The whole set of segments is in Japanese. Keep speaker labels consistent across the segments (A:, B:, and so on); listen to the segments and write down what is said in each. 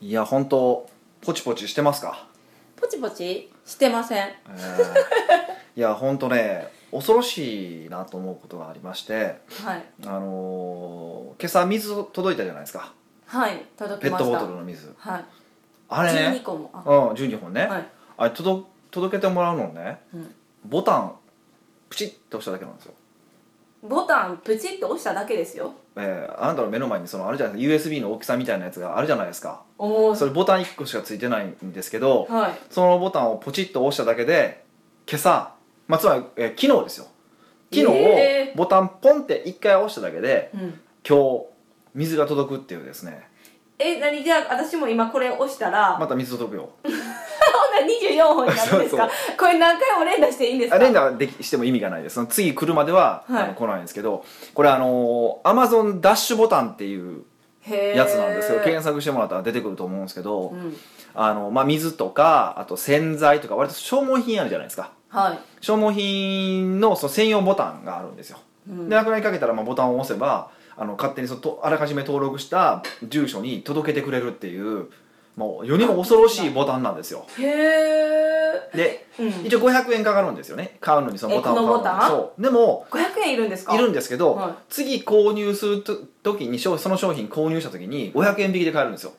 A: いや本当ポチポチしてますか、
B: ポチポチしてません
A: えーいや本当ね恐ろしいなと思うことがありまして
B: はい
A: あのー今朝水届いたじゃないですか
B: はい届
A: ペ
B: き
A: ッ
B: ま
A: ト
B: し
A: ボ
B: た
A: トルの水
B: はい
A: あれ
B: 12
A: ね
B: 個もあ
A: うん12本ね、
B: はい
A: あれ届届けてもらうのね
B: うん
A: ボタンプチッと押しただけなんですよ
B: ボタンプチッと押しただけですよ
A: えーあなたの目の前にそのあるじゃないですか USB の大きさみたいなやつがあるじゃないですか
B: おお
A: それボタン1個しかついてないんですけど
B: はい
A: そのボタンをポチッと押しただけで今朝、まあ、つまり、えー昨日ですよ昨日
B: え
A: ボタンポンって1回押しただけで
B: うん
A: 今日水が届くっていうですね
B: え何じゃあ私も今これ押したら
A: また水届くよ
B: ほんなら24本になるんですかこれ何回も連打していいんですか
A: あ連打はできしても意味がないですその次来るまでは、
B: はい
A: あの来ないんですけどこれあのー Amazon ダッシュボタンっていう
B: へー
A: やつなんですけど、検索してもらったら出てくると思うんですけど、
B: うん
A: あのまあ、水とかあと洗剤とか割と消耗品あるじゃないですか
B: はい
A: 消耗品のその専用ボタンがあるんですよ、
B: うん
A: でなくなりかけたらまあボタンを押せばあの勝手にそのとあらかじめ登録した住所に届けてくれるっていうもう世にも恐ろしいボタンなんですよ
B: へえ
A: で
B: うん
A: 一応500円かかるんですよね買うのにそのボタンを買うのに
B: えこのボタン
A: そうでも
B: 500円いるんですか
A: いるんですけど、
B: はい
A: 次購入すると時に商その商品購入した時に500円引きで買えるんですよ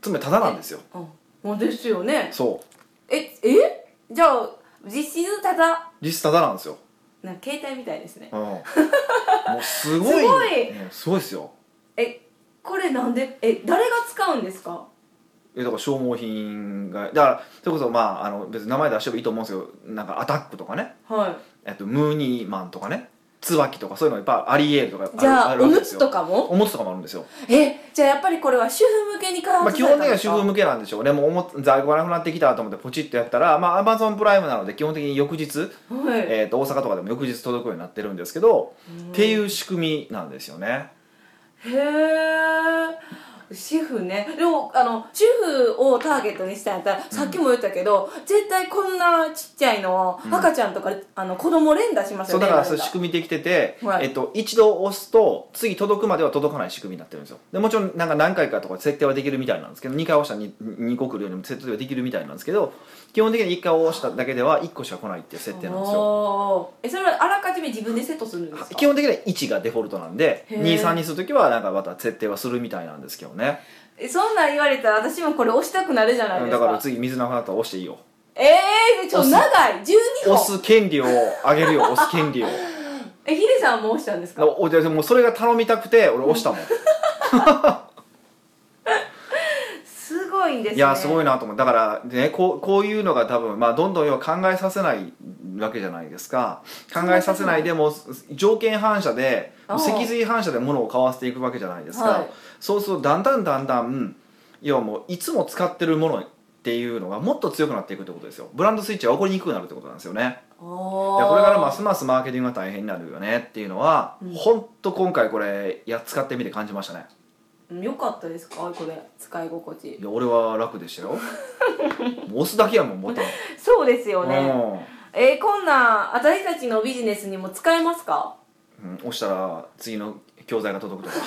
A: つまりタダなんですよ
B: うんもうですよね
A: そう
B: ええじゃあ実質ただ
A: 実質タダなんですよ
B: なんか携帯みたいですね
A: うん もうすごい
B: すごい
A: うんすごいですよ
B: えこれなんでえ誰が使うんですか
A: えだから消耗品がだからそれこそまああの別に名前出してもいいと思うんですけどなんかアタックとかね、
B: は
A: えっと、ムーニーマンとかね椿とかそういうのいっぱいありえるとかある
B: いじゃあ
A: ある
B: お
A: わけ
B: む
A: です
B: つ
A: よ
B: とかも
A: おむつとかもあるんですよ、
B: えじゃあやっぱりこれは主婦向けに開
A: まあ、
B: 発
A: 基
B: された
A: 本的
B: ん
A: に
B: で
A: は
B: す
A: 主
B: か、
A: 婦向けなんでしょうねもうおも在庫がなくなってきたと思ってポチッとやったらまあアマゾンプライムなので基本的に翌日、
B: はい、
A: えっと大阪とかでも翌日届くようになってるんですけど、っていう仕組みなんですよね
B: へえ主婦ねでもあの主婦をターゲットにしたんやったら、さっきも言ったけど絶対こんなちっちゃいの赤ちゃんとか、あの子供連打します
A: そ
B: よ
A: う
B: ね
A: だからそういう
B: 連打
A: 仕組みできてて、
B: はい
A: えっと、一度押すと次届くまでは届かない仕組みになってるんですよでもちろんなんか何回かとか設定はできるみたいなんですけど2回押したら 2, 個来るようにも設定はできるみたいなんですけど基本的に1回押しただけでは1個しか来ないっていう設定なんですよ
B: おーえそれはあらかじめ自分でセットするんですか
A: 基本的には1がデフォルトなんで
B: へー
A: 23にするときはなんかまた設定はするみたいなんですけどね
B: えそんなん言われたら私もこれ押したくなるじゃないです
A: だ
B: か
A: から次水なくなったら押していいよ
B: ええー、ちょっと長い12本
A: 押す権利をあげるよ押す権利を
B: えヒデさんも押したんですか
A: おでもそれが頼みたくて俺押したもん
B: すごいんですね
A: いやすごいなと思うだから、ね、こうこういうのが多分、まあ、どんどん要は考えさせないわけじゃないですか考えさせないでも条件反射で
B: ああ
A: 脊髄反射で物を買わせていくわけじゃないですか、
B: はい
A: そうするとだんだんだんだん要はもういつも使ってるものっていうのがもっと強くなっていくってことですよブランドスイッチが起こりにくくなるってことなんですよね
B: お
A: い
B: ー
A: やこれからますますマーケティングが大変になるよねっていうのは、
B: うん
A: ほんと今回これや使ってみて感じましたね
B: うん良かったですかこれ使い心地
A: いや俺は楽で したよもう押すだけやもんボタン
B: そうですよね
A: うん
B: えー、こんなん私たちのビジネスにも使えますか
A: うん、押したら次の教材が届くとか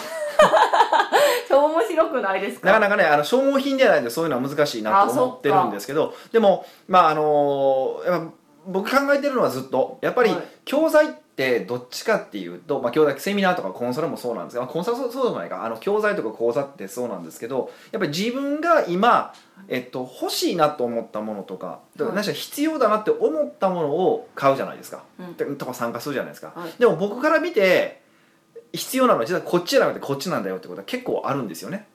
B: 超面白くないですか
A: なかなかねあの消耗品ではないんでそういうのは難しいな
B: あ
A: と思って
B: そっ
A: る
B: か
A: んですけどでもまああのーやっぱ僕考えてるのはずっとやっぱり
B: はい
A: 教材ってどっちかっていうと、まあ、教材セミナーとかコンサルもそうなんですがコンサルそうそうでもないかあの教材とか講座ってそうなんですけどやっぱり自分が今、えっと、欲しいなと思ったものとか
B: はい
A: 何しろ必要だなって思ったものを買うじゃないですか、
B: うん
A: でとか参加するじゃないですか、
B: はい
A: でも僕から見て必要なのは実はこっちじゃなくてこっちなんだよってことは結構あるんですよね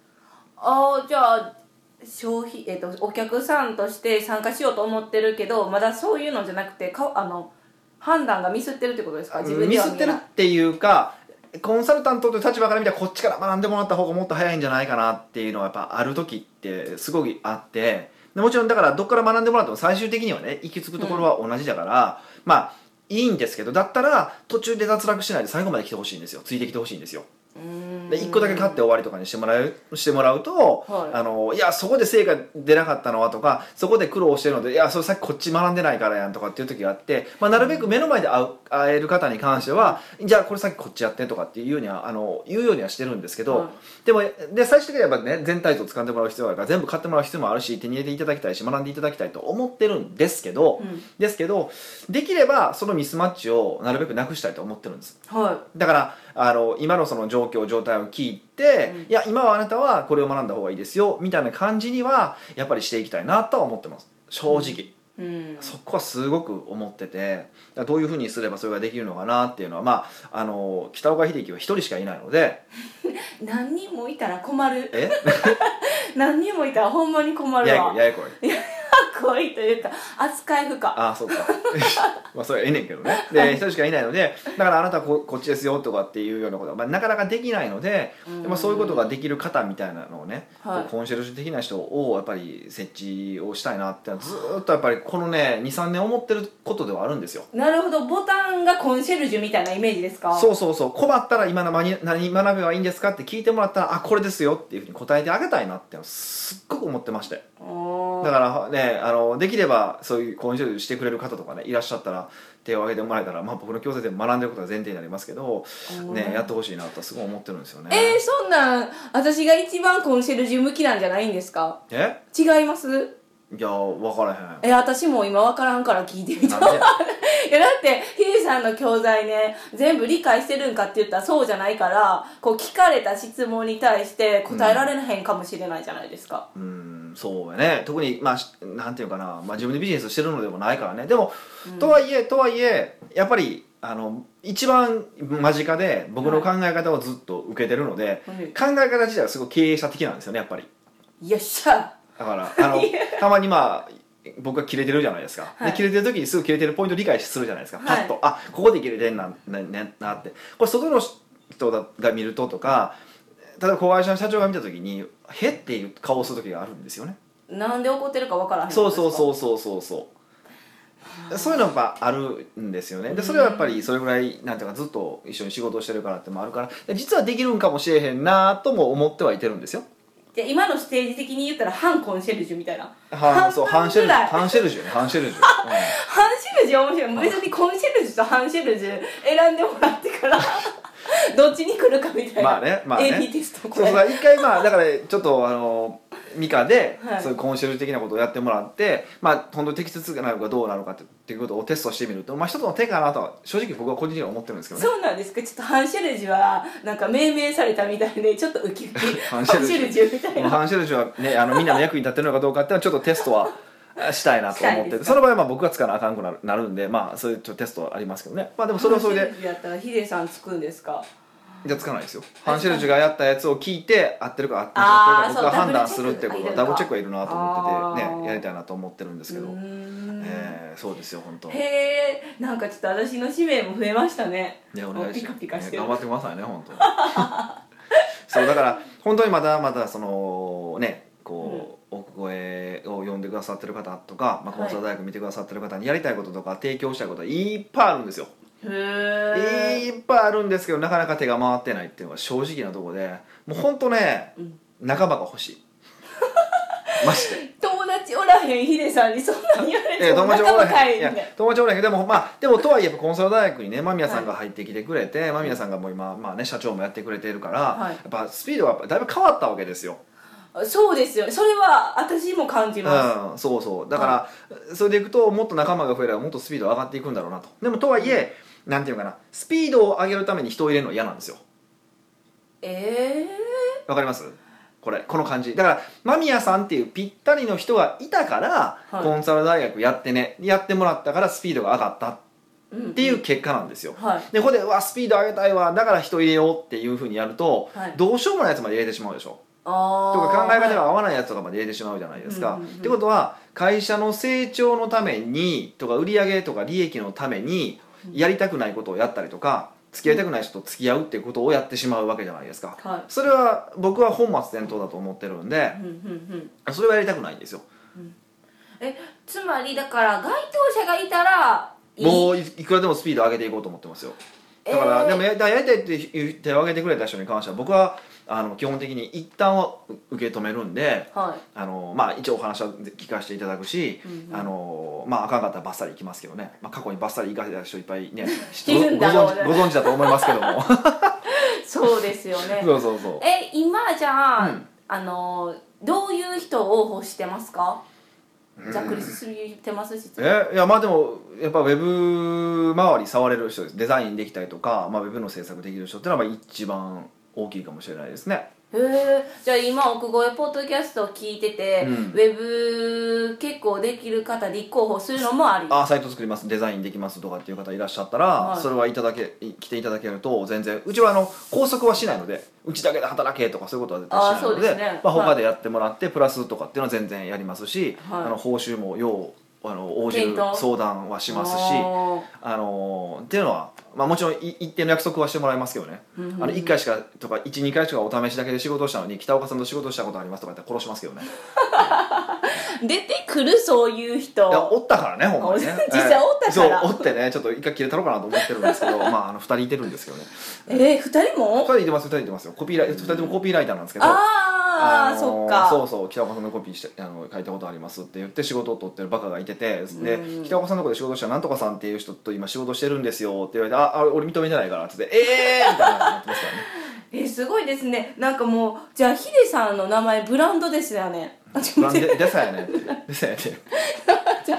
B: あーじゃあ消費、えー、とお客さんとして参加しようと思ってるけどまだそういうのじゃなくてかあの判断がミスってるってことですか自分
A: ミ
B: では
A: スってるっていうかコンサルタントという立場から見たらこっちから学んでもらった方がもっと早いんじゃないかなっていうのはやっぱある時ってすごいあってでもちろんだからどっから学んでもらっても最終的にはね行き着くところは同じだから、まあいいんですけどだったら途中で脱落しないで最後まで来てほしいんですよついてきてほしいんですよ
B: うん
A: で1個だけ買って終わりとかにしてもらうしてもらうと、
B: はい
A: あのいやそこで成果出なかったのはとかそこで苦労してるのでいやそれさっきこっち学んでないからやんとかっていう時があって、まあ、なるべく目の前で会う会える方に関してはじゃあこれさっきこっちやってとかっていうようにはあの言うようにはしてるんですけど、
B: は
A: でもで最終的にはやっぱね全体像を掴んでもらう必要があるから全部買ってもらう必要もあるし手に入れていただきたいし学んでいただきたいと思ってるんですけど、
B: うん
A: ですけどできればそのミスマッチをなるべくなくしたいと思ってるんです。
B: は
A: だからあの今のその状況状態を聞いて、
B: うん
A: いや今はあなたはこれを学んだ方がいいですよみたいな感じにはやっぱりしていきたいなとは思ってます正直、
B: いうん
A: そこはすごく思っててだからどういうふうにすればそれができるのかなっていうのはまああの北岡秀樹は一人しかいないので
B: 何人もいたら困る
A: え
B: 何人もいたらほんまに困
A: や
B: る
A: や
B: わ
A: こややこい
B: 怖いというか扱い不可
A: ああそうか まあそれはええねんけどねで一人しかいないのでだからあなたはここっちですよとかっていうようなことは、まあ、なかなかできないので、
B: うん
A: まあ、そういうことができる方みたいなのをね、
B: はい
A: コンシェルジュ的な人をやっぱり設置をしたいなってのはずーっとやっぱりこのね23年思ってることではあるんですよ
B: なるほどボタンがコンシェルジュみたいなイメージですか
A: そうそうそう困ったら今の間に何学べばいいんですかって聞いてもらったらあこれですよっていうふうに答えてあげたいなってのをすっごく思ってまして
B: おー
A: だからねあのできればそういうコンシェルジュしてくれる方とかねいらっしゃったら手を挙げてもらえたら、まあ、僕の教材でも学んでることが前提になりますけど、ね、やってほしいなとすごい思ってるんですよね
B: えー、そんなん私が一番コンシェルジュ向きなんじゃないんですか
A: え
B: 違います
A: いや分からへん
B: え私も今わからんから聞いてみた
A: なんで
B: いやだってヒデさんの教材ね全部理解してるんかって言ったらそうじゃないからこう聞かれた質問に対して答えられへんかもしれないじゃないですか、
A: うーんそうやね特にまあしなんていうかな、まあ、自分でビジネスしてるのでもないからねでも、とはいえとはいえやっぱりあの一番間近で僕の考え方をずっと受けてるので、
B: はい
A: 考え方自体はすごい経営者的なんですよねやっぱり
B: よっしゃ
A: だからあのたまにまあ僕がキレてるじゃないですか、
B: はい
A: でキレてる時にすぐキレてるポイント理解するじゃないですか
B: はい
A: パッと、あここでキレてんななななってこれ外の人だが見るととか例えば子会社の社長が見た時に「へ」っていう顔をする時があるんですよね
B: なんで怒ってるかわからへん
A: そうそう
B: う
A: そうそうそうそうそういうのがあるんですよねでそれはやっぱりそれぐらいなんていうかずっと一緒に仕事をしてるからってのもあるからで実はできるんかもしれへんなとも思ってはいてるんですよ
B: じゃあ今のステージ的に言ったら反コンシェルジュみたいな
A: はそう
B: 半
A: 反シェル
B: 分ぐ
A: ジ
B: ら
A: ュ
B: い
A: 反シェルジュね反シェルジュ、うん
B: 反シェルジュ面白い別にコンシェルジュと反シェルジュ選んでもらってから どっちに来るかみたいな
A: まあねまあね
B: AB テストこ
A: そう
B: れ
A: そうだから一回まあだからちょっとあのミカで、
B: はい
A: そういうコンシェルジュ的なことをやってもらってまあ本当に適切なのかどうなのかってっていうことをテストしてみるとまあ一つの手かなとは正直僕は個人的には思ってるんですけどね
B: そうなんですかちょっとハンシェルジュはなんか命名されたみたいでちょっとウキウ キハ
A: ハ
B: ン
A: ン
B: シ
A: シ
B: ェ
A: ェル
B: ルジ
A: ジュ
B: ュみたい
A: この
B: な
A: 反射ルジュはねあのみんなの役に立ってるのかどうかっていうのはちょっとテストはあしたいなと思
B: したい
A: っ
B: で
A: て
B: すか
A: その場合はまあ僕が使わなあかんくなるなるんでまあそういうちょっとテストはありますけどねまあでもそれはそれ
B: ハンシェ
A: で
B: ルジュやったらヒデさんつくんですか
A: じゃあつかないですよ反射ルジュがやったやつを聞いて合ってるか合って
B: あー
A: ないか僕が判断するっていうこと
B: そう
A: は
B: ダ
A: ダ
B: ブ
A: ブル
B: ルチ
A: チェ
B: ェ
A: ックはい
B: ックがいる
A: る
B: の
A: な
B: か
A: と
B: あ
A: 思
B: ー
A: っててねやりたいなと思ってるんです
B: う
A: けど
B: ーん
A: えーそうですよ本当い
B: へえんかちょっと私の使命も増えましたね
A: やお願いし
B: ピカ
A: ます
B: ピカしてる
A: 頑張ってくださいね本当 そうだから本当にまだまだそのねこう、奥越えを呼んでくださってる方とか、まあ、コンサル大学見てくださってる方にやりたいこととか提供したいことはいっぱいあるんですよ、
B: へえ
A: いっぱいあるんですけどなかなか手が回ってないっていうのが正直なところでもう本当ね、
B: うん
A: 仲間が欲 しいマジで
B: 友達おらへんヒデさんにそんなん言われ
A: え
B: て
A: え
B: も
A: 友達
B: 仲
A: お
B: 間
A: ら
B: か
A: へん
B: い
A: い
B: みた
A: や
B: いな
A: 友達おらへんけどでもまあでもとはいえやっぱコンサル大学にね間宮さんが入ってきてくれて、間宮さんがもう今、まあね、社長もやってくれてるから、
B: は
A: や
B: い
A: っぱスピードがやっぱだいぶ変わったわけですよ、
B: そうですよそれは私も感じま
A: う
B: す、
A: ん、そうそうだから、それでいくともっと仲間が増えればもっとスピード上がっていくんだろうなとでもとはいえ、なんていうのかなスピードを上げるために人を入れるの嫌なんですよ
B: え
A: わかりますこれこの感じだから間宮さんっていうぴったりの人がいたから、
B: はい
A: コンサル大学やってねやってもらったからスピードが上がったっ
B: えー、って
A: いう結果なんですよ、
B: はい
A: でここでうわスピード上げたいわだから人入れようっていうふうにやると、
B: はい
A: どうしようもないやつまで入れてしまうでしょ
B: あ
A: と
B: ー
A: か考え方が合わないやつとかまで入れてしまうじゃないですか。
B: うんうんう
A: っ
B: ん
A: てことは会社の成長のためにとか売上とか利益のためにやりたくないことをやったりとか付き合いたくない人と付き合うっていうことをやってしまうわけじゃないですか。
B: はい
A: それは僕は本末転倒だと思ってるんで
B: うんうんうん
A: それはやりたくないんですよ。
B: えつまりだから該当者がいたらいい
A: もういいくらでもスピード上げていこうと思ってますよ。
B: えー
A: だから、でもやだからやりたいって言って手を挙げてくれた人に関しては僕はあの基本的に一旦は受け止めるんで
B: は
A: あの、まあ、一応お話は聞かせていただくし、
B: うんうん
A: あのまあ、あかんかったらバッサリいきますけどね、まあ、過去にバッサリいかせた人いっぱ いね
B: いるんだろうね
A: ご存知ご存知だと思いますけ ども
B: いそうですよ ね
A: そうそうそう
B: え今じゃあ、
A: うん
B: あのどういう人を欲してますかざっくりする言ってますし、
A: えいやまあでもやっぱウェブ周り触れる人ですデザインできたりとか、まあ、ウェブの制作できる人ってのはまあ一番大きいかもしれないですね
B: へえじゃあ今奥越えポッドキャストを聞いてて、
A: うん
B: ウェブ結構できる方立候補するのもあり
A: あサイト作りますデザインできますとかっていう方いらっしゃったら、
B: はい
A: それはいただけい来ていただけると全然うちはあの拘束はしないのでうちだけで働けとかそういうことは絶対しない
B: あそ
A: の
B: う
A: で
B: ですね
A: まあ、
B: はい
A: 他でやってもらって、プラスとかっていうのは全然やりますし、
B: はい
A: あの報酬もようあの応じる
B: 検討
A: 相談はしますし
B: おー
A: あのーっていうのは、まあ、もちろんい一定の約束はしてもらいますけどね、
B: うんうんうん
A: あの1回しかとか12回しかお試しだけで仕事をしたのに北岡さんと仕事をしたことありますとか言ったら殺しますけどね
B: 出てくるそういう人
A: いやおったからねほんまにね
B: 実際お ったか
A: ええ
B: ら
A: そうおってねちょっと一回切れたろうかなと思ってるんですけどまああの2人いてるんですけどね
B: えー、2人
A: 2
B: も
A: 人いてます2人いてますよコピーライ2人ともコピーライターなんですけど
B: あー、
A: のー
B: そっか
A: そうそう北岡さんのコピーしてあの書いたことありますって言って仕事を取ってるバカがいててで
B: うん
A: 北岡さんのとこで仕事したらなんとかさんっていう人と今仕事してるんですよって言われて「ああ俺認めてないから」っつって「ええー!」みたいなのになってますからね
B: えーすごいですねなんかもうじゃあヒデさんの名前ブランドですよね
A: ブランデデサやねってデサやねって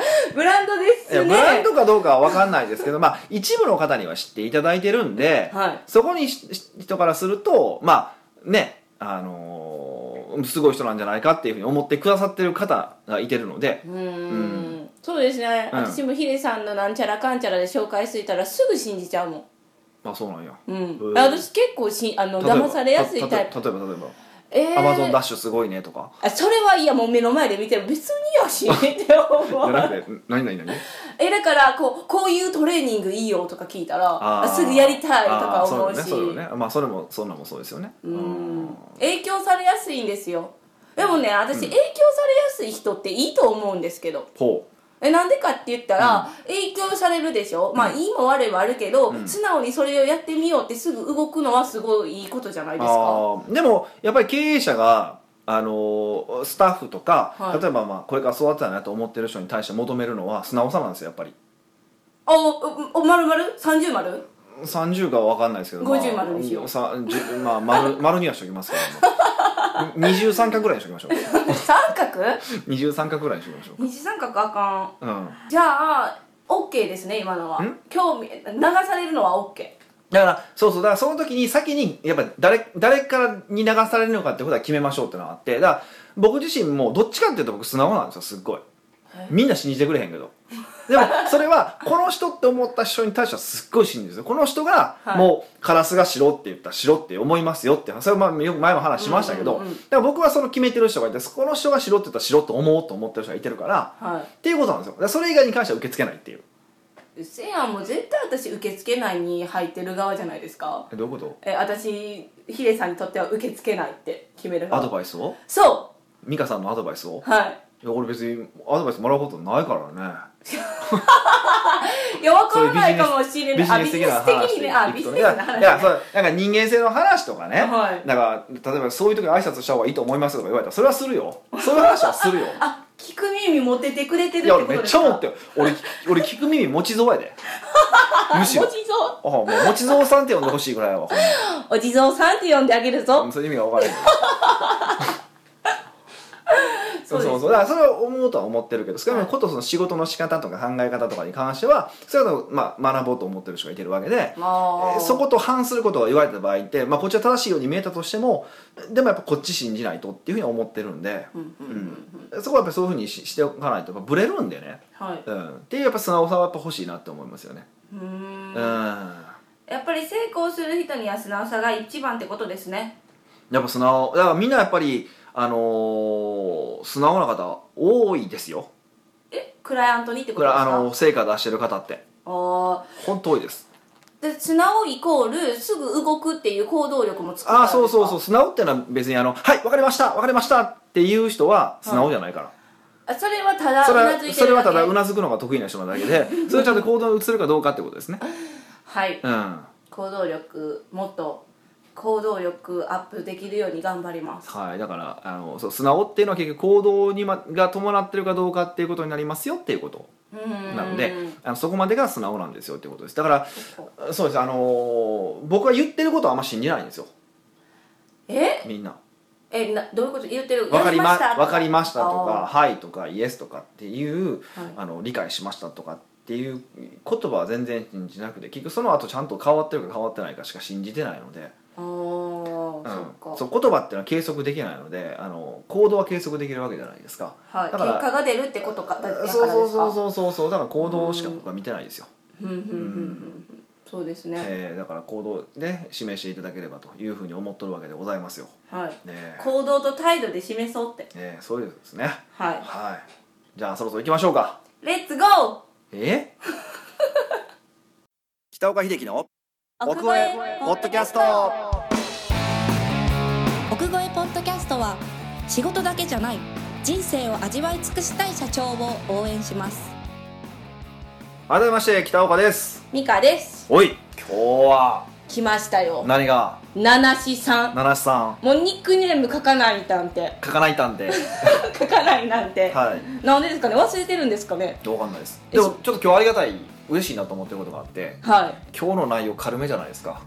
B: ブランドです
A: いや
B: ね
A: ブランドかどうかは分かんないですけど、まあ、一部の方には知っていただいてるんで、
B: はい
A: そこにしし人からするとまあねあのーすごい人なんじゃないかっていうふうに思ってくださってる方がいてるので
B: う、ーんそうですね、
A: うん
B: 私もヒデさんのなんちゃらかんちゃらで紹介していたらすぐ信じちゃうもん
A: あそうなんや
B: うん、
A: へえ
B: 私結構しあの
A: 例えば
B: 騙されやすいタイプ
A: たた例えば例えば
B: え
A: 「
B: ー
A: アマゾンダッシュすごいね」とか
B: あそれはいやもう目の前で見て別によしって思
A: じゃな
B: う
A: くて「何何何?」
B: えだからこうこういうトレーニングいいよとか聞いたら
A: あ
B: あ
A: ー
B: すぐやりたいとか思う
A: あー
B: し
A: そうだねそうだねまあそれもそんなんもそうですよね
B: うん影響されやすいんですよでもね私、
A: うん
B: 影響されやすい人っていいと思うんですけど
A: ほう
B: えなんでかって言ったら、影響されるでしょまあいいも悪いもあるけど、
A: うん
B: 素直にそれをやってみようってすぐ動くのはすごいいいことじゃないですか
A: あーでもやっぱり経営者が、あのースタッフとか、
B: はい
A: 例えば、まあ、これから育てたいなと思ってる人に対して求めるのは素直さなんですよやっぱり
B: あおおまるまる三十まる
A: 30かは分かんないですけど
B: 50丸にしよう
A: さじゅまあ、 丸丸にはしときますから、ね、23角ぐらいにしときましょう
B: 三角
A: 23角ぐらいにしときましょ
B: 二次三角あか
A: ううん
B: んじゃあ OK ですね今のは
A: ん
B: 興味流されるのは OK
A: だからそうそうだからその時に先にやっぱ誰誰からに流されるのかってことは決めましょうってのがあってだから僕自身もどっちかっていうと僕素直なんですよすっごいみんな信じてくれへんけどで もそれはこの人って思った人に対してはすっごい信じるんですよこの人が
B: はい
A: もうカラスが白って言ったら白って思いますよってそれはまあよく前も話しましたけど、
B: うんうんうん
A: だから僕はその決めてる人がいてこの人が白って言ったら白って思おうと思ってる人がいてるから
B: は
A: っていうことなんですよだからそれ以外に関しては受け付けないっていう
B: いうっせえやんもう絶対私受付内に入ってる側じゃないですか
A: えどういうこと
B: え私ヒデさんにとっては受け付けないって決める
A: アド
B: 側
A: バイスを
B: そ
A: 美香さんのアドバイスを
B: うはい
A: いや俺別にアドバイスもらうことない から
B: いや、わ
A: ねそ
B: か
A: ういう
B: ら
A: ビ
B: ないかも
A: ジ
B: し
A: ネ
B: れ
A: ス
B: な
A: ビ
B: い。
A: ジ
B: あ
A: ネス的な
B: ビジネス
A: 話
B: 的
A: で
B: にね、あ、
A: い
B: ビ
A: く
B: ジ
A: と
B: ネ
A: ね
B: ス
A: い
B: の
A: やいや
B: 話。
A: そうなんか人間性の話とかね、
B: はい
A: だから例えばそういう時挨拶した方がいいと思いますとか言われたらそれはする よそういう話はするよ
B: あ、聞く耳持っててくれてるっ
A: い
B: て
A: や
B: こ
A: 俺
B: と
A: めっ
B: で
A: ち
B: す
A: ゃ
B: か
A: 思ってよ俺俺聞く耳持ち蔵や でむしろ
B: お地蔵
A: あもう持ち蔵さんって呼んでほしいぐらいはほんまに
B: お地蔵さんって呼んであげるぞ。
A: そういう意味が分からない
B: そ
A: そうう
B: です
A: そうそうだからそれを思うとは思ってるけどそれもことその仕事の仕方とか考え方とかに関してはそういうのを、まあ、学ぼうと思ってる人がいてるわけで、
B: ま
A: えーそこと反することが言われた場合って、まあ、こっちは正しいように見えたとしてもでもやっぱこっち信じないとっていうふうに思ってるんで、
B: うんうん
A: うんそこはやっぱそういうふうにししておかないとやっぱブレるんでね、
B: はい。
A: うん、っていうやっぱ素直さはやっぱ欲しいなって思いますよね。
B: う。
A: うんん
B: やっぱり成功する人には素直さが一番ってことですね。
A: やっぱ素直だからみんなやっぱりあのー素直な方多いですよ
B: え、クライアントにってこ
A: ことれ
B: です
A: あ
B: か
A: のー成果出してる方って
B: あ
A: 本当多いです
B: ーで、素直イコール、すぐ動くっていう行動力もつく
A: ああそうそうそうう。素直ってのは別にあの「はいわかりましたわかりました」っていう人は素直じゃないから、
B: あそれはただ、
A: それ
B: うな
A: は
B: ずいてるだけ。
A: それはた だうなずくのが得意な人なだけでそれをちゃんと行動に移せるかどうかってことですね
B: はい。
A: うん
B: 行動力もっと行動力アップできるように頑張ります
A: はい、だからあのそう素直っていうのは結局行動に、ま、が伴ってるかどうかっていうことになりますよっていうことな
B: な
A: のであのそこまでが素直なんですよっていうことですだからそうですあのー僕は言ってることはあんま信じないんですよ
B: え
A: みんな
B: えなどういうこと言ってる
A: 分かりま
B: や
A: 分かりましたとか
B: あ
A: はいとかイエスとかっていう、
B: はい
A: あの理解しましたとかっていう言葉は全然信じなくて結局その後ちゃんと変わってるか変わってないかしか信じてないので、
B: ーあー、
A: うん、
B: そ
A: そ
B: っか
A: う言葉っていうのは計測できないのであの行動は計測できるわけじゃないですか
B: はい
A: だ
B: 結
A: から
B: 果が出るってことかだだからですか
A: そうそうそうそうそうそうだから行動しか僕は見てないですよ、
B: うんうんうんうんそうですね
A: えーだから行動で示していただければというふうに思っとるわけでございますよ
B: はい
A: ねえ
B: 行動と態度で示そうって
A: ねえそういうことですね
B: は
A: はいじゃあそろそろ行きましょうか
B: いレッツゴー
A: え 北岡秀樹の
C: 奥越えポッドキャスト奥越えポッドキャストは仕事だけじゃない人生を味わい尽くしたい社長を応援します
A: 改めまして北岡です
B: ミカです
A: おい今日は
B: 来ましたよ
A: 何が
B: 七七三
A: 七七さん
B: もうニックネーム書かないなんて
A: 書かないた んで
B: 書かないなんて、
A: はい
B: なんでですかね忘れてるんですかね
A: どうわかんないです
B: え
A: でもちょっと今日ありがたい嬉しいなと思ってることがあって
B: は
A: 今日の内容軽めじゃないで すか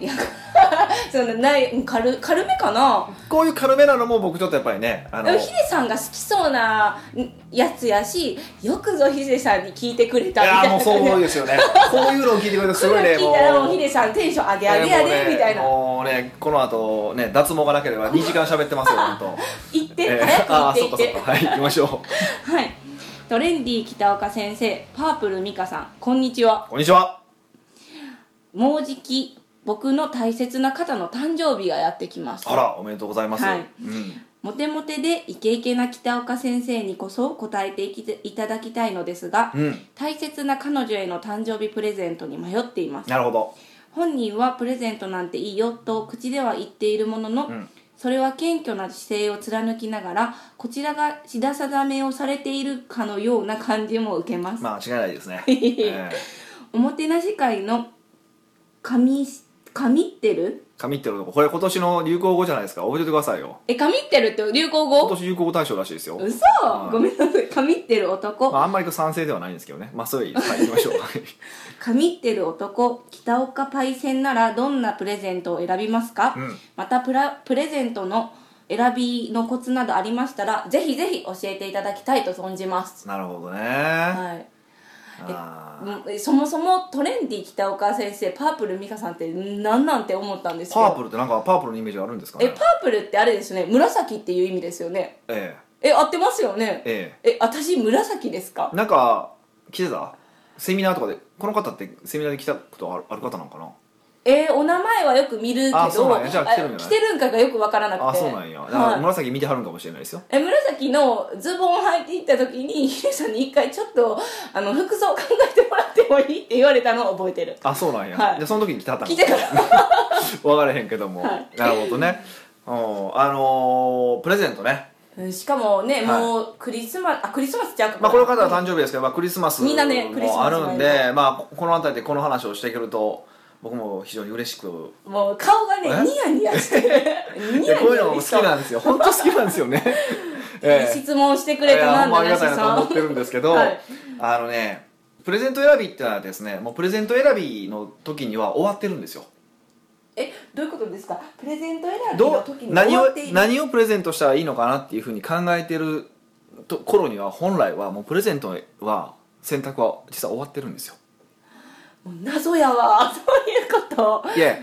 B: いいや そのない軽軽めかな
A: こういう軽めなのも僕ちょっとやっぱりねあの
B: でもヒデさんが好きそうなんやつやしよくぞヒデさんに聞いてくれたみたい
A: い
B: な
A: やもうそうですよねこういうのを聞いてくれてすごいね
B: これを聞いたらもうヒデさんテンション上げ上げや
A: もう
B: で
A: ね
B: みたいな
A: もうねこの後ね脱毛がなけれ ば2時間喋ってますよ本
B: 言っ
A: 当
B: て早く 言
A: あ
B: っ
A: あ
B: て
A: そ
B: 言
A: っか
B: って
A: そっかはい行きましょう
B: はいトレンディ北岡先生パープル美香さんこんにちは
A: こんにちは
B: もうじき僕の大切な方の誕生日がやってきます
A: あらおめでとうございます、
B: はい
A: うん、
B: モテモテでイケイケな北岡先生にこそ答えていきていただきたいのですが、
A: うん
B: 大切な彼女への誕生日プレゼントに迷っています
A: なるほど
B: 本人はプレゼントなんていいよと口では言っているものの、
A: ん
B: それは謙虚な姿勢を貫きながらこちらが品定めをされているかのような感じも受けます、
A: まあ間違いないです ね、えー、
B: おもてなし会の神神ってる
A: 神ってるとここれ今年の流行語じゃないですか覚えててくださいよ
B: え神ってるって流行
A: 今
B: 語
A: 年流行語大賞らしいですよ、
B: 嘘
A: い
B: ごめんなさい神ってる男
A: まあ、あんまり賛成ではないんですけどねまあそれいいですはい行き ましょう
B: 神ってる男北岡パイセンならどんなプレゼントを選びますか、
A: うん
B: またプラプレゼントの選びのコツなどありましたらぜひぜひ教えていただきたいと存じます、
A: なるほどね、
B: はい、
A: あー
B: うんそもそもトレンディ北岡先生パープル美香さんって何なんて思ったんですけど
A: パープルってなんかパープルのイメージあるんですかね
B: えパープルってあれですね紫っていう意味ですよね
A: え
B: え合ってますよね
A: ええ
B: え私紫ですか
A: えなんか来てたセミナーとかでこの方ってセミナーで来たことあるある方なんかな
B: えーお名前はよく見るけど
A: あそうなんやじゃあ来てるんじゃない
B: あんかがよくわからなくて
A: あそうなんやだから
B: はい
A: 紫見てはるんかもしれないですよ、
B: え紫のズボンを履いていった時にヒデさんに一回ちょっとあの服装考えてもらってもいいって言われたのを覚えてる
A: あそうなんや、
B: はい
A: じゃあその時に来てはったん
B: 聞いてた
A: 分からへんけども、
B: はい
A: なるほどねうんあのープレゼントね
B: うんしかもね、
A: はい
B: もうクリスマスあクリスマスちゃうか
A: まあこの方は誕生日ですけど、まあ、クリスマス
B: みんなねクリス
A: も
B: マ
A: あ
B: スも
A: るんで、まあ、この辺りでこの話をしてくると僕も非常に嬉しく
B: もう顔がね
A: え
B: ニヤニヤして
A: い
B: ニ
A: や
B: ヤ
A: こう
B: ニ
A: いうの
B: ヤ
A: も好
B: し
A: き
B: そう
A: なんですよ本当好きなんですよ ねええ
B: 質問してくれ
A: い
B: た
A: やほ
B: なん
A: まあ
B: ん
A: り
B: だ
A: がたい
B: し
A: なと思ってるんですけど、
B: はい
A: あのねプレゼント選びってのはですねもうプレゼント選びの時には終わってるんですよ
B: えどういうことですかプレゼント選びの
A: ど
B: 時
A: う
B: に終
A: 何
B: わ
A: を
B: っている
A: 何をプレゼントしたらいいのかなっていうふうに考えてると頃には本来はもうプレゼントは選択は実は終わってるんですよ
B: もう謎やわ そういうこと
A: いや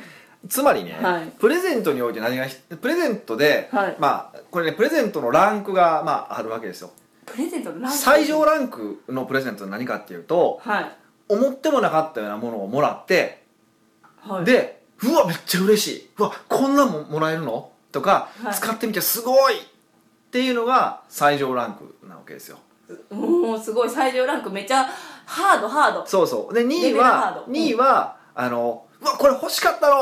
A: つまりね、
B: はい
A: プレゼントにおいて何がひプレゼントで、
B: はい
A: まあこれねプレゼントのランクが、まあ、あるわけですよ
B: プレゼントのランク
A: 最上ランクのプレゼントは何かっていうと
B: はい
A: 思ってもなかったようなものをもらって
B: はい
A: でうわめっちゃ嬉しいうわこんなんももらえるのとか、
B: はい
A: 使ってみてすごいっていうのが最上ランクなわけですよ
B: もうすごい最上ランクめっちゃハードハード
A: そうそうで2
B: レベ
A: 位
B: ルハー
A: は
B: ドうん
A: 2位は、あのうわこれ欲しかったの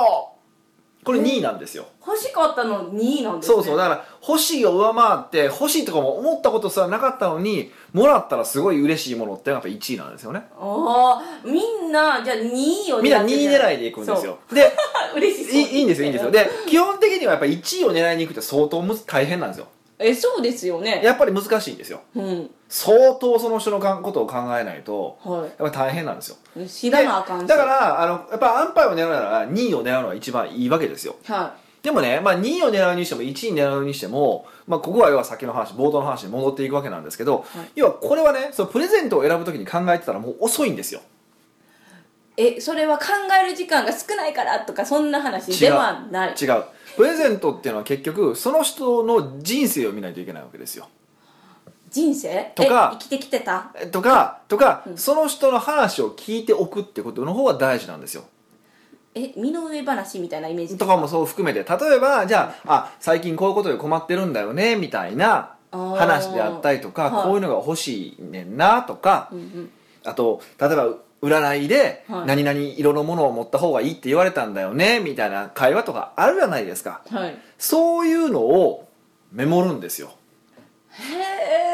A: これ2位なんですよ、
B: 欲しかったの2位なんですね
A: そうそうだから欲しいを上回って欲しいとかも思ったことすらなかったのにもらったらすごい嬉しいものってやっぱ1位なんですよね
B: ああみんなじゃあ2位を狙って
A: みんな2位狙いでいくんですよで
B: そう嬉しそう
A: いいいいんですよいいんですよで基本的にはやっぱ1位を狙いに行くって相当むず大変なんですよ
B: えそうですよね
A: やっぱり難しいんですよ
B: うん
A: 相当その人のかんことを考えないと
B: は
A: やっぱり大変なんですよ
B: い知らなあか
A: で
B: んし
A: だからあのやっぱ安牌を狙うなら2位を狙うのが一番いいわけですよ
B: は
A: でもね、まあ、2位を狙うにしても1位狙うにしても、まあ、ここは要は先の話冒頭の話に戻っていくわけなんですけど、要はこれはねそのプレゼントを選ぶ時に考えてたらもう遅いんですよ
B: いえそれは考える時間が少ないからとかそんな話ではない
A: 違うプレゼントっていうのは結局その人の人生を見ないといけないわけですよ
B: 人生
A: とか
B: え生きてきてた
A: えとかとか、
B: うん
A: その人の話を聞いておくってことの方が大事なんですよ
B: え身の上話みたいなイメージ
A: とかもそう含めて例えばじゃああ最近こういうことで困ってるんだよねみたいな話であった
B: り
A: りとか
B: はい
A: こういうのが欲しいねんなとか
B: うんうん
A: あと例えば占いで
B: はい
A: 何々色のものを持った方がいいって言われたんだよねみたいな会話とかあるじゃないですか
B: はい
A: そういうのをメモるんですよ
B: へー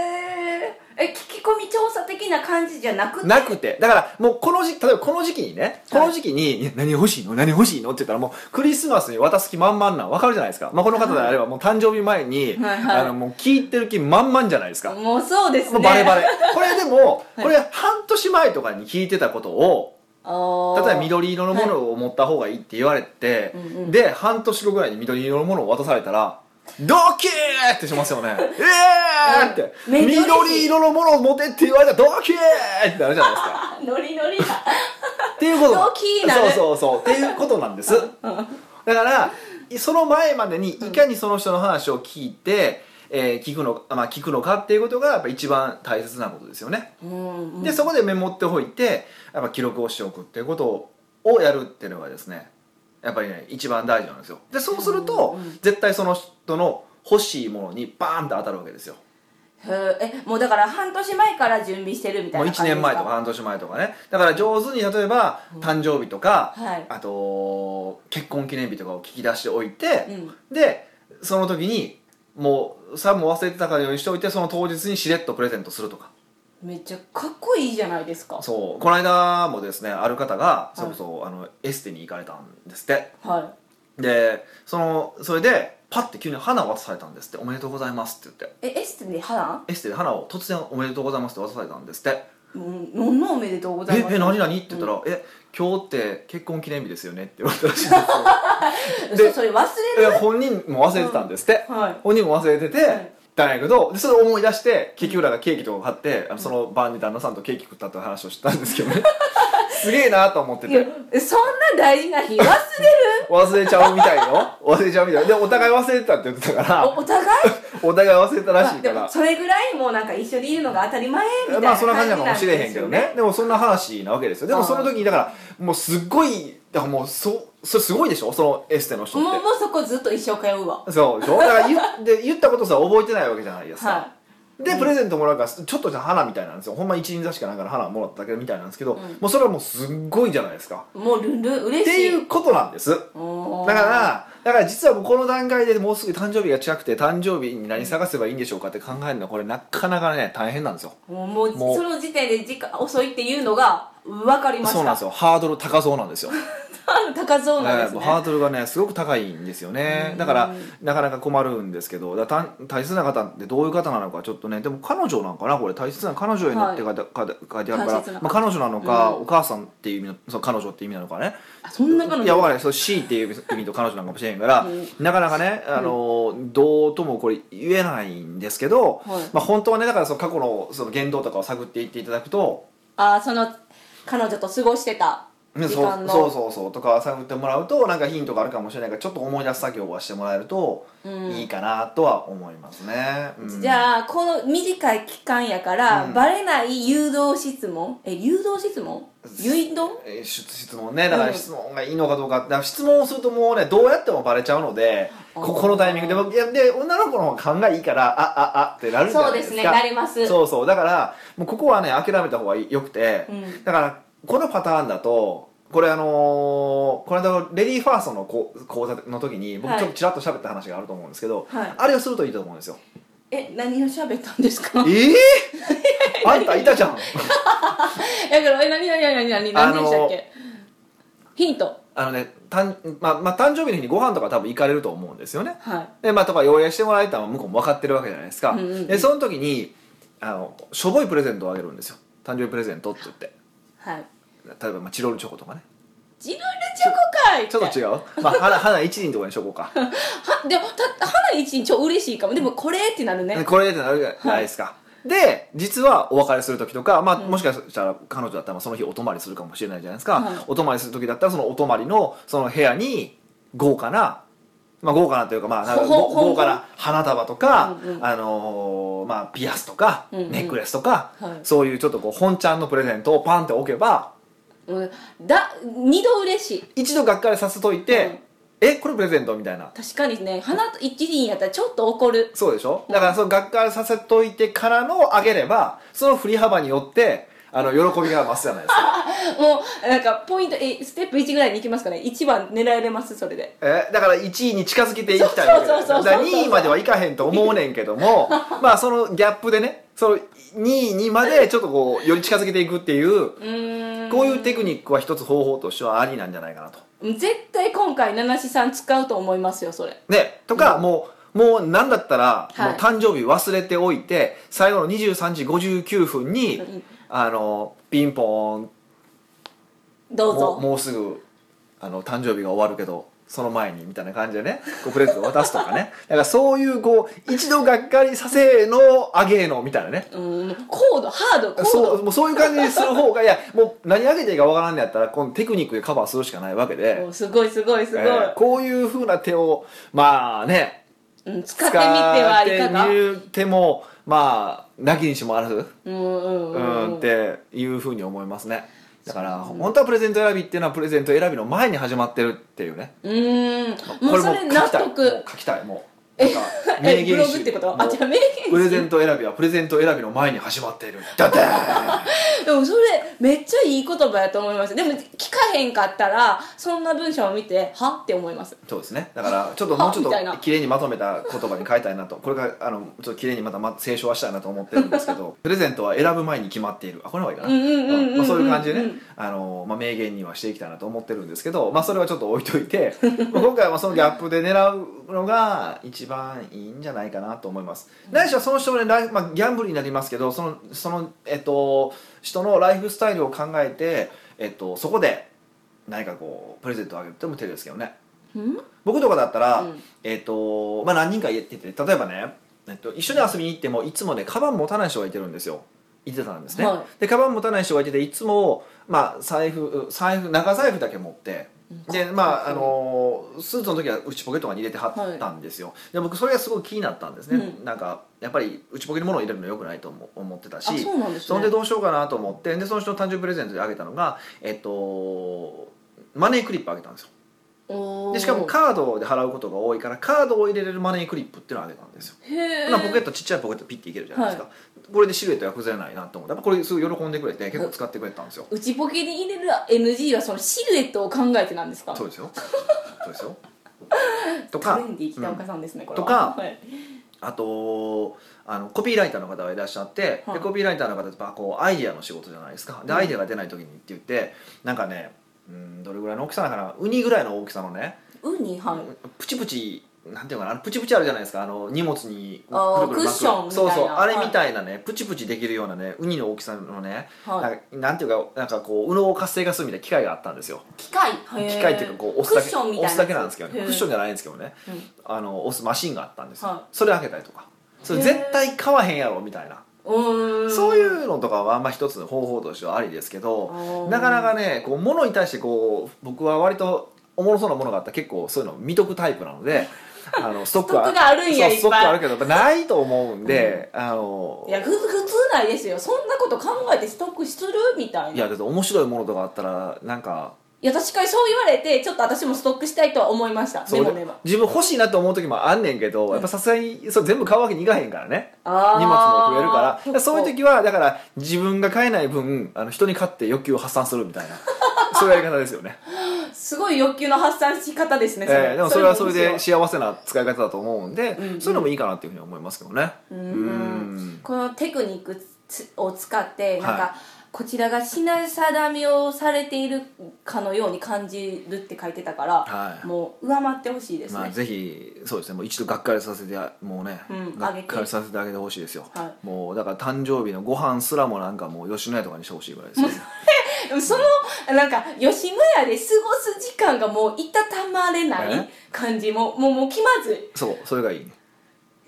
B: え聞き込み調査的な感じじゃなくて
A: なくてだからもうこの時例えばこの時期にねこの時期にいや「何欲しいの何欲しいの?」って言ったらもうクリスマスに渡す気満々なの分かるじゃないですか、まあ、この方であればもう誕生日前に、
B: はいはい
A: あのもう聞いてる気満々じゃないですか、
B: もうそうですね
A: もうバレバレこれでも、
B: はい
A: これ半年前とかに聞いてたことを例えば
B: 例
A: 緑色のものを持った方がいいって言われて、
B: うんうん
A: で半年後ぐらいに緑色のものを渡されたらドキーってします よねええーって、
B: うんめっちゃ嬉しい
A: 緑色のものを持てって言われたらドキーってなるじゃないですか
B: ノリノリだ
A: っていうこと
B: ドキーなる
A: そうそうそうっていうことなんですだからその前までにいかにその人の話を聞いて、えー聞くのまあ、聞くのかっていうことがやっぱ一番大切なことですよね
B: うんうん
A: でそこでメモっておいてやっぱ記録をしておくっていうことをやるっていうのがですねやっぱりね一番大事なんですよでそうすると、
B: うんうん
A: 絶対その人の欲しいものにバーンと当たるわけですよ
B: へーえもうだから半年前から準備してるみた
A: も
B: いうな
A: 1
B: 感じですか
A: 年前とか半年前とかねだから上手に例えば誕生日とか、
B: はい
A: あと結婚記念日とかを聞き出しておいて
B: う、ん
A: でその時にもうさも忘れてたかのようにしておいてその当日にしれっとプレゼントするとか
B: めっちゃかっこいいじゃないですか
A: そうこの間もですねある方がそれこそ、あのエステに行かれたんですって
B: は
A: でそのそれでパッて急に花を渡されたんですって「おめでとうございます」って言って
B: いえエステで花
A: エステで花を突然「おめでとうございます」って渡されたんですって
B: うん何のおめでとう
A: 「
B: ござい
A: え
B: ます
A: え何何?」って言ったら「え今日って結婚記念日ですよね」って言われたらしい んです
B: そ
A: よ
B: それ忘れ
A: で
B: る
A: で本人も忘れてたんですって、
B: はい
A: 本人も忘れてて、
B: はい
A: だんやけどでそれを思い出して結局らがケーキとか買ってあのその晩に旦那さんとケーキ食ったって話をしたんですけ どねすげえなと思って
B: い
A: て
B: やそんな大事な日忘れる
A: 忘れちゃうみたいよ忘れちゃうみたいでお互い忘れてたって言ってたから
B: おお互い
A: お互い忘れたらしい
B: で
A: か
B: も
A: ら
B: それぐらいもうなんか一緒にいるのが当たり前みたいな
A: まあそんな感じなのかも
B: です
A: し
B: よ
A: れへんけどねでもそんな話なわけですよでもその時にだからもうすっごいだからもうそそれすごいでしょそのエステの人
B: もう
A: っ
B: も
A: て
B: うそこずっと一生通うわ
A: そうでしょだから言っで言ったことさ覚えてないわけじゃないですか、
B: は
A: でプレゼントもらうからちょっとじゃ花みたいなんですよほんま一輪差しかなんかの花もらっただけみたいなんですけど、
B: ん
A: もうそれはもうすっごいじゃないですか
B: いもうルンルン
A: っ
B: 嬉
A: て
B: しい
A: いうことなんです
B: おー
A: だからだから実はもうこの段階でもうすぐ誕生日が近くて誕生日に何探せばいいんでしょうかって考えるのはこれなかなかね大変なんですよ
B: もうもう
A: もう
B: その時点で時間遅いっていうのが分かりました
A: そうなんですよハードル高そうなんですよ
B: 高そうなんです
A: えー
B: ね、
A: ハードルがねすごく高いんですよねだからなかなか困るんですけどだからた大切な方ってどういう方なのかちょっとねでも彼女なんかなこれ大切な彼女になって書いて,書いて、書いてあるか
B: 大切
A: ら
B: な、
A: まあ、彼女なのか、
B: うん
A: お母さんっていう意味のその彼女っていう意味なのかね
B: あそんな彼
A: いや分
B: 女
A: かんないそう C っていう意味と彼女なんかもしれへんから、
B: うん
A: なかなかね、あのどうともこれ言えないんですけど、
B: はい
A: まあ、本当はねだからその過去のその言動とかを探っていっていただくと、
B: あーその彼女と過ごしてた
A: ね
B: 時
A: そう
B: 間の
A: そうそうそうとか探ってもらうとなんかヒントがあるかもしれないからちょっと思い出す作業はしてもらえると
B: うん
A: いいかなとは思いますね。うん
B: じゃあこの短い期間やから、
A: うん
B: バレない誘導質問え誘導質問誘引
A: えー質質問ねだか
B: う
A: ら
B: ん
A: 質問がいいのかどうかだから質問をするともうねどうやってもバレちゃうので
B: あー
A: ここのタイミングで僕いやで女の子の方が考えいいからあああってなるんじゃ
B: そ
A: な
B: う
A: い
B: で
A: です
B: す
A: か
B: ねなります
A: そうそうだからもうここはね諦めた方がよくて、
B: うん
A: だからこのパターンだとこれあのーこの間のレディーファーストのこう講座の時に僕
B: はい
A: ちょっとちらっと喋った話があると思うんですけど、
B: はい
A: あれをするといいと思うん ですよ
B: え何を喋ったんです かだか
A: ええあんたいたじゃん
B: らえ何何何何何何でしたっけ、ヒント
A: あのねたん、まあまあ、誕生日の日にご飯とか多分行かれると思うんですよね
B: はい
A: でまあとか用意してもらえたのは向こうも分かってるわけじゃないですか、
B: うんうんうん
A: でその時にあのしょぼいプレゼントをあげるんですよ誕生日プレゼントって言って
B: はい
A: 例えば、まあ、チロルチョコとかね
B: ジルルチョコかい
A: ちょっと違 う、まあ、花花一輪とかにしとこうか
B: はでもた花一日超嬉しいかもでもこれってなるね
A: これってなるじゃないですか、で実はお別れする時とか、まあ、もしかしたら彼女だったらその日お泊まりするかもしれないじゃないですか、
B: はい
A: お泊まりする時だったらそのお泊まりのその部屋に豪華な、まあ、豪華なというか,、まあ、なんか
B: ほほ
A: ご
B: ほ
A: 豪華な花束とか、
B: うんうん
A: あのーまあ、ピアスとか、
B: うんうん
A: ネックレスとか、
B: はい
A: そういうちょっとこう本ちゃんのプレゼントをパンって置けば
B: うんだ二度嬉しい
A: 一度がっかりさせといて、えこれプレゼントみたいな
B: 確かにね花と一輪やったらちょっと怒る
A: そうでしょだからその学会させといてからの上げればその振り幅によってあの喜びが増すじゃないです か
B: もうなんかポイントえステップ1ぐらいに行きますかね1番狙えれますそれで
A: えだから1位に近づけていきたいわけです
B: そうそうそうそう
A: だから2位まではいかへんと思うねんけど もまあそのギャップでねその2位にまでちょっとこうより近づけていくっていう
B: うーん
A: こういうテクニックは一つ方法としてはありなんじゃないかなと。
B: 絶対今回七七さん使うと思いますよそれ
A: ね、とか、もうもう何だったら、
B: はい
A: もう誕生日忘れておいて最後の23時59分に、
B: うん
A: あのピンポーン
B: どう
A: もう
B: ぞ
A: もうすぐあの誕生日が終わるけどその前にみたいな感じでねこうプレゼントを渡すとかね だからそういうこう一度がっかりさせーのあげーのみたいなね
B: うん高度ハード高
A: そ
B: 度
A: うもうそういう感じにする方がいやもう何あげていいかわからんのやったらこのテクニックでカバーするしかないわけで、
B: おすごいすごいすごい、
A: えーこういうふうな手をまあね
B: うん、使ってみてはい
A: 使
B: か
A: っ
B: が
A: てみる手もまあなきにしもあらず
B: うんうん
A: う
B: うん
A: ん
B: うん
A: っていうふうに思いますねだから本当はプレゼント選びっていうのはプレゼント選びの前に始まってるっていうね
B: うーん
A: こ
B: もう
A: れ
B: そ
A: も
B: れ
A: う
B: 納
A: 書きたいも
B: 得
A: う書きたいもうなん
B: え
A: か
B: えブログ
A: 集
B: ってこと
A: も
B: あ
A: う
B: じゃあ名言
A: プレゼント選びはプレゼント選びの前に始まっているだって
B: でもそれめっちゃいい言葉やと思いますでも聞かへんかったらそんな文章を見てはって思います
A: そうですねだからちょっともうちょっ
B: みたいな
A: と綺麗にまとめた言葉に変えたいなとこれからあのちょっと綺麗にまたま清書はしたいなと思ってるんですけ どプレゼントは選ぶ前に決まっているあこれはいいかな
B: うんうんうんうんうん
A: まあそういう感じで
B: う
A: ね
B: ん
A: あの、まあ、名言にはしていきたいなと思ってるんですけど、まあ、それはちょっと置いとい てまあ今回はそのギャップで狙うのが一番いいんじゃないかなと思います。ないしはその人のね、ライフまあ、ギャンブルになりますけどそのその、えっと、人のライフスタイルを考えて、えっと、そこで何かこうプレゼントをあげるっても手ですけどね。
B: うん
A: 僕とかだったら、
B: うん
A: えっ、とまあ何人か言ってて例えばね、えっと、一緒に遊びに行ってもいつもねカバン持たない人がいてるんですよいてたんですね、
B: は
A: でカバン持たない人がいてていつも、まあ、財布財布長財布だけ持ってでまああのースーツの時は内ポケットが入れてはったんですよ、で僕それがすごい気になったんですね、
B: う
A: なんかやっぱり内ポケに物を入れるのよくないと思思ってたし
B: あそうなんです
A: そ
B: ね
A: れでどうしようかなと思ってでその人の誕生日プレゼントであげたのがえっとマネークリップあげたんですよ
B: おー
A: でしかもカードで払うことが多いからカードを入れれるマネークリップっていうのをあげたんですよ、
B: へえ
A: まあポケットちっちゃいポケットピッていけるじゃないですか、これでシルエットが崩れないなと思ってやっぱこれすごい喜んでくれて結構使ってくれたんですよ、
B: 内ポケに入れる NG はそのシルエットを考えてなんですか
A: そうです よそうですよと
B: ト
A: か
B: レンディー北岡さんですね、これは
A: とか
B: はい
A: あとあのコピーライターの方がいらっしゃって、
B: は
A: で
B: い
A: コピーライターの方ってまあこうアイディアの仕事じゃないですかで、
B: うん
A: アイディアが出ない時にって言ってなんかねうんどれぐらいの大きさなのかなウニぐらいの大きさのね
B: ウニはん
A: プチプチなんていうかなあのプチプチあるじゃないですかあの荷物にく
B: あー
A: るくる巻く
B: クッションみたい
A: そう
B: な
A: そうあれ
B: はい
A: みたいなね、プチプチできるようなねウニの大きさのね、
B: はい
A: なんかなんていうかなんかこう右脳を活性化するみたいな機械があったんですよ
B: 機械
A: 機械っていうかこう押すだけ
B: クッションみたいな
A: 押すだけなんですけどね
B: へー
A: クッションじゃないんですけどね
B: うん
A: あの押すマシンがあったんですよ、
B: はい
A: それ開けたりとかそれ
B: へー
A: 絶対買わへんやろみたいな
B: うーん
A: そういうのとかはまあ一つの方法としてはありですけ
B: あ
A: ど
B: ー
A: なかなかねこう物に対してこう僕は割とおもろそうなものがあったら結構そういうのを見とくタイプなので あのストックは
B: ストックがあるん
A: そう
B: やいっぱい
A: ストックはあるけどやっぱないと思うんで、あの
B: いやふ普通ないですよそんなこと考えてストックするみたいない
A: やだって面白いものとかあったらなんか
B: いや確かにそう言われてちょっと私もストックしたいとは思いました
A: そ
B: メ
A: う
B: モメモ
A: 自分欲しいなと思う時もあんねんけどやっぱさすがにそう全部買うわけにいかへんからね
B: あー
A: 荷物も増えるから
B: そ
A: そ
B: っ
A: ういう時はだから自分が買えない分あの人に買って欲求を発散するみたいなそういうやり方ですよね、
B: すごい欲求の発散し方ですねそ
A: えーでもそれはそれ
B: もいい
A: です幸せな使い方だと思うんで、
B: うんうん
A: そういうのもいいかなっていうふうに思いますけどね
B: よう
A: うん
B: んこのテクニックつを使ってなんか、
A: は
B: こちらが品定めをされているかのように感じるって書いてたから、
A: はい
B: もう上回ってほしいですね、
A: まあ、ぜひそうですねもう一度がっかりさせてもうね、
B: うん
A: が
B: あげ
A: ってかりさせてあげてほしいですよ、
B: は
A: もうだから誕生日のご飯すらもなんかもう吉野家とかにしてほしいぐらいですよ ね
B: そのなんか吉野家で過ごす時間がもういたたまれな
A: え
B: い感じももうもう気まずい
A: そうそれがいいね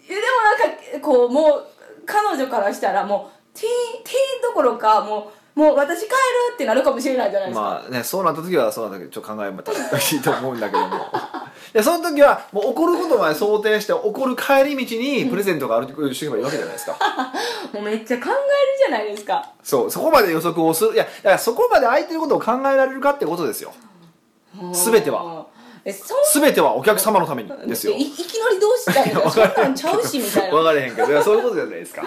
B: えでもなんかこうもう彼女からしたらもうティーンティーンどころかもうもう私帰るってなるかもしれないじゃないですか、
A: まあねそうなった時はそうなったけどちょっと考えたらしいと思うんだけども でその時はもう怒ることまで想定して怒る帰り道にプレゼントがあるとしておけばいいわけじゃないですか
B: もうめっちゃ考えるじゃないですか
A: そうそこまで予測をするいやだからそこまで相手のことを考えられるかってことですよ 全ては
B: えそん
A: 全てはお客様のためにですよ
B: いいきなりどうし たいのそんなんちゃうしみたいな
A: 分かれへんけどいやそういうことじゃないですか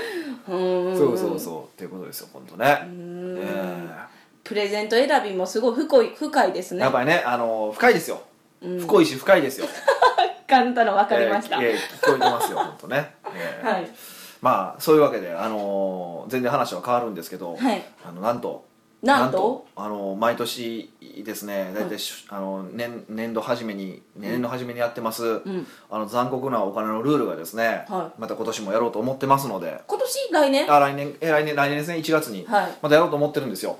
B: うんんん
A: そうそうそうっていうことですよ本当ね
B: ん
A: え
B: プレゼント選びもすごい深い深いです
A: え
B: ね
A: やっぱりねあの深いですよ
B: うん
A: 深いし深いですよ
B: 簡単なの分かりました、
A: ええええ聞こえてますよ本当ねええ
B: はい
A: まあそういうわけで、あのー全然話は変わるんですけど、
B: はい
A: あのなんと
B: なんと
A: あのー毎年ですね大体し、あの年年度初めに年度初めにやってます、
B: ん
A: あの残酷なお金のルールがですね、
B: は
A: また今年もやろうと思ってますので。
B: 今年来年
A: あ来年え来年来年ですね1月に、
B: はい
A: またやろうと思ってるんですよ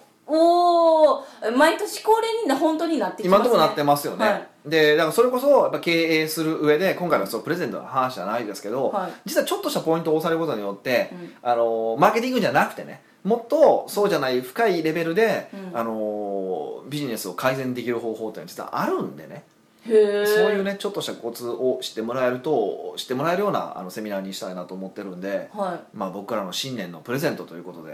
B: おお毎年恒例にな本当になってきま
A: 今
B: す
A: のと
B: ね
A: ころなってますよね、
B: はい
A: でだからそれこそやっぱ経営する上で今回のそうプレゼントの話じゃないですけど、
B: はい
A: 実はちょっとしたポイントを押されることによって、
B: うん
A: あのマーケティングじゃなくてねもっとそうじゃない深いレベルで、
B: うん
A: あのビジネスを改善できる方法っていうのは実はあるんでね、
B: へえ
A: そういうねちょっとしたコツを知ってもらえると知ってもらえるようなあのセミナーにしたいなと思ってるんで、
B: は
A: まあ、僕からの新年のプレゼントということで、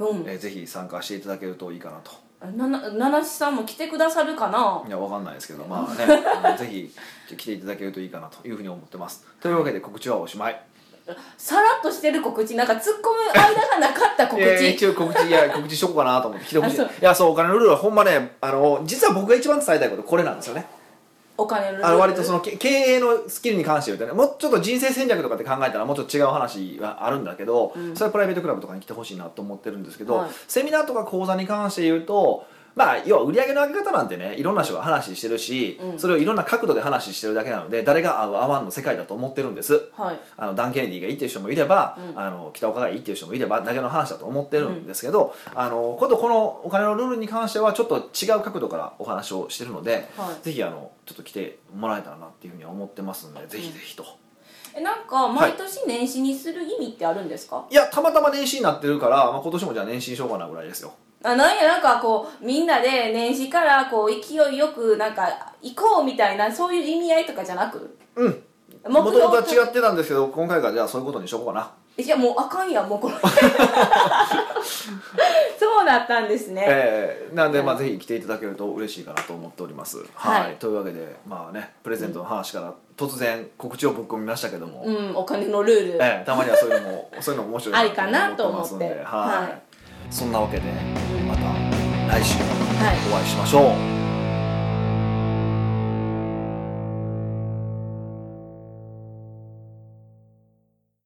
B: いうん
A: えーぜひ参加していただけるといいかなと
B: なな七七さんも来てくださるかない
A: やわかんないですけどまあね あのぜひ来ていただけるといいかなというふうに思ってますというわけで告知はおしまい
B: さらっとしてる告知なんか突っ込む間がなかった告知、
A: えー一応告知いや告知しようかなと思って来てほしいい
B: あそう
A: やそうお金のルールはほんまねあの実は僕が一番伝えたいことこれなんですよね
B: お金のルール
A: あの割とそのけ経営のスキルに関して言うとねもうちょっと人生戦略とかって考えたらもうちょっと違う話はあるんだけど、
B: うん
A: それはプライベートクラブとかに来てほしいなと思ってるんですけど、
B: はい
A: セミナーとか講座に関して言うとまあ要は売り上げの上げ方なんてねいろんな人が話してるし、
B: うん
A: それをいろんな角度で話してるだけなので誰が合う合わんの世界だと思ってるんです。
B: はい
A: あのダン・ケネディがいいっていう人もいれば、
B: うん
A: あの北岡がいいっていう人もいればだけの話だと思ってるんですけど、あの今度このお金のルールに関してはちょっと違う角度からお話をしてるので、
B: はい
A: ぜひあのちょっと来てもらえたらなっていうふうには思ってますのでぜひぜひと、
B: えなんか毎年年始にする意味ってあるんですか、
A: いやたまたま年始になってるから、まあ、今年もじゃあ年始にしようかなぐらいですよ
B: あなんやなんかこうみんなで年始からこう勢いよくなんか行こうみたいなそういう意味合いとかじゃなく
A: うん
B: 目
A: もとも
B: 標
A: とは違ってたんですけど今回からじゃあそういうことにしようかな、
B: いやもうあかんやんもうこれそうだったんですね、
A: えーなんで、
B: はい
A: まあ、ぜひ来ていただけると嬉しいかなと思っております
B: はい
A: というわけでまあねプレゼントの話から突然告知をぶっ込みましたけども、
B: うんお金のルール、
A: ええ、たまにはそういうの もそういうのも面白い
B: ありかなと
A: 思って
B: 思って
A: ますんで
B: は
A: はいい、そんなわけでまた来週
B: はい
A: お会いしましょう。